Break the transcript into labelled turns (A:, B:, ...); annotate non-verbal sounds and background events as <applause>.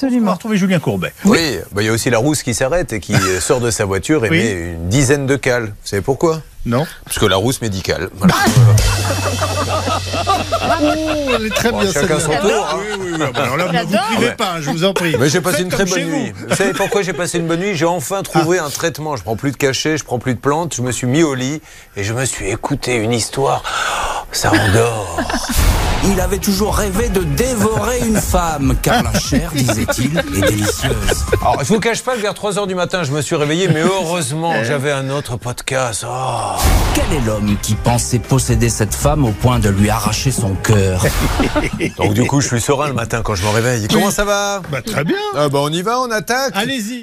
A: On va
B: Absolument.
A: retrouver Julien Courbet.
C: Oui, bah, il y a aussi la rousse qui s'arrête <laughs> et qui euh, sort de sa voiture et
A: Oui.
C: met une dizaine de cales. Vous savez pourquoi
A: Non
C: Parce que la rousse médicale. Voilà.
A: Ah Oh, Elle est très
C: Bon, chacun son tour. hein.
A: Ah, bah, Alors là, ne vous
D: J'adore.
A: privez pas, hein, je vous en prie.
C: <laughs> Mais j'ai passé
A: Faites
C: une très
A: comme
C: bonne
A: chez
C: nuit.
A: vous.
C: Vous Ah. savez pourquoi j'ai passé une bonne nuit J'ai enfin trouvé un traitement. Je prends plus de cachet, je prends plus de plantes. Je me suis mis au lit et je me suis écouté une histoire. Ça endort. <laughs>
E: Il avait toujours rêvé de dévorer une femme, car la chair, disait-il, est délicieuse.
C: Alors, je vous cache pas que vers 3 heures du matin, je me suis réveillé, mais heureusement, j'avais un autre podcast. Oh.
E: Quel est l'homme qui pensait posséder cette femme au point de lui arracher son cœur
C: Donc, du coup, je suis serein le matin quand je me réveille. Comment ça va
A: Bah, très bien.
C: Ah, bah, on y va, on attaque.
A: Allez-y.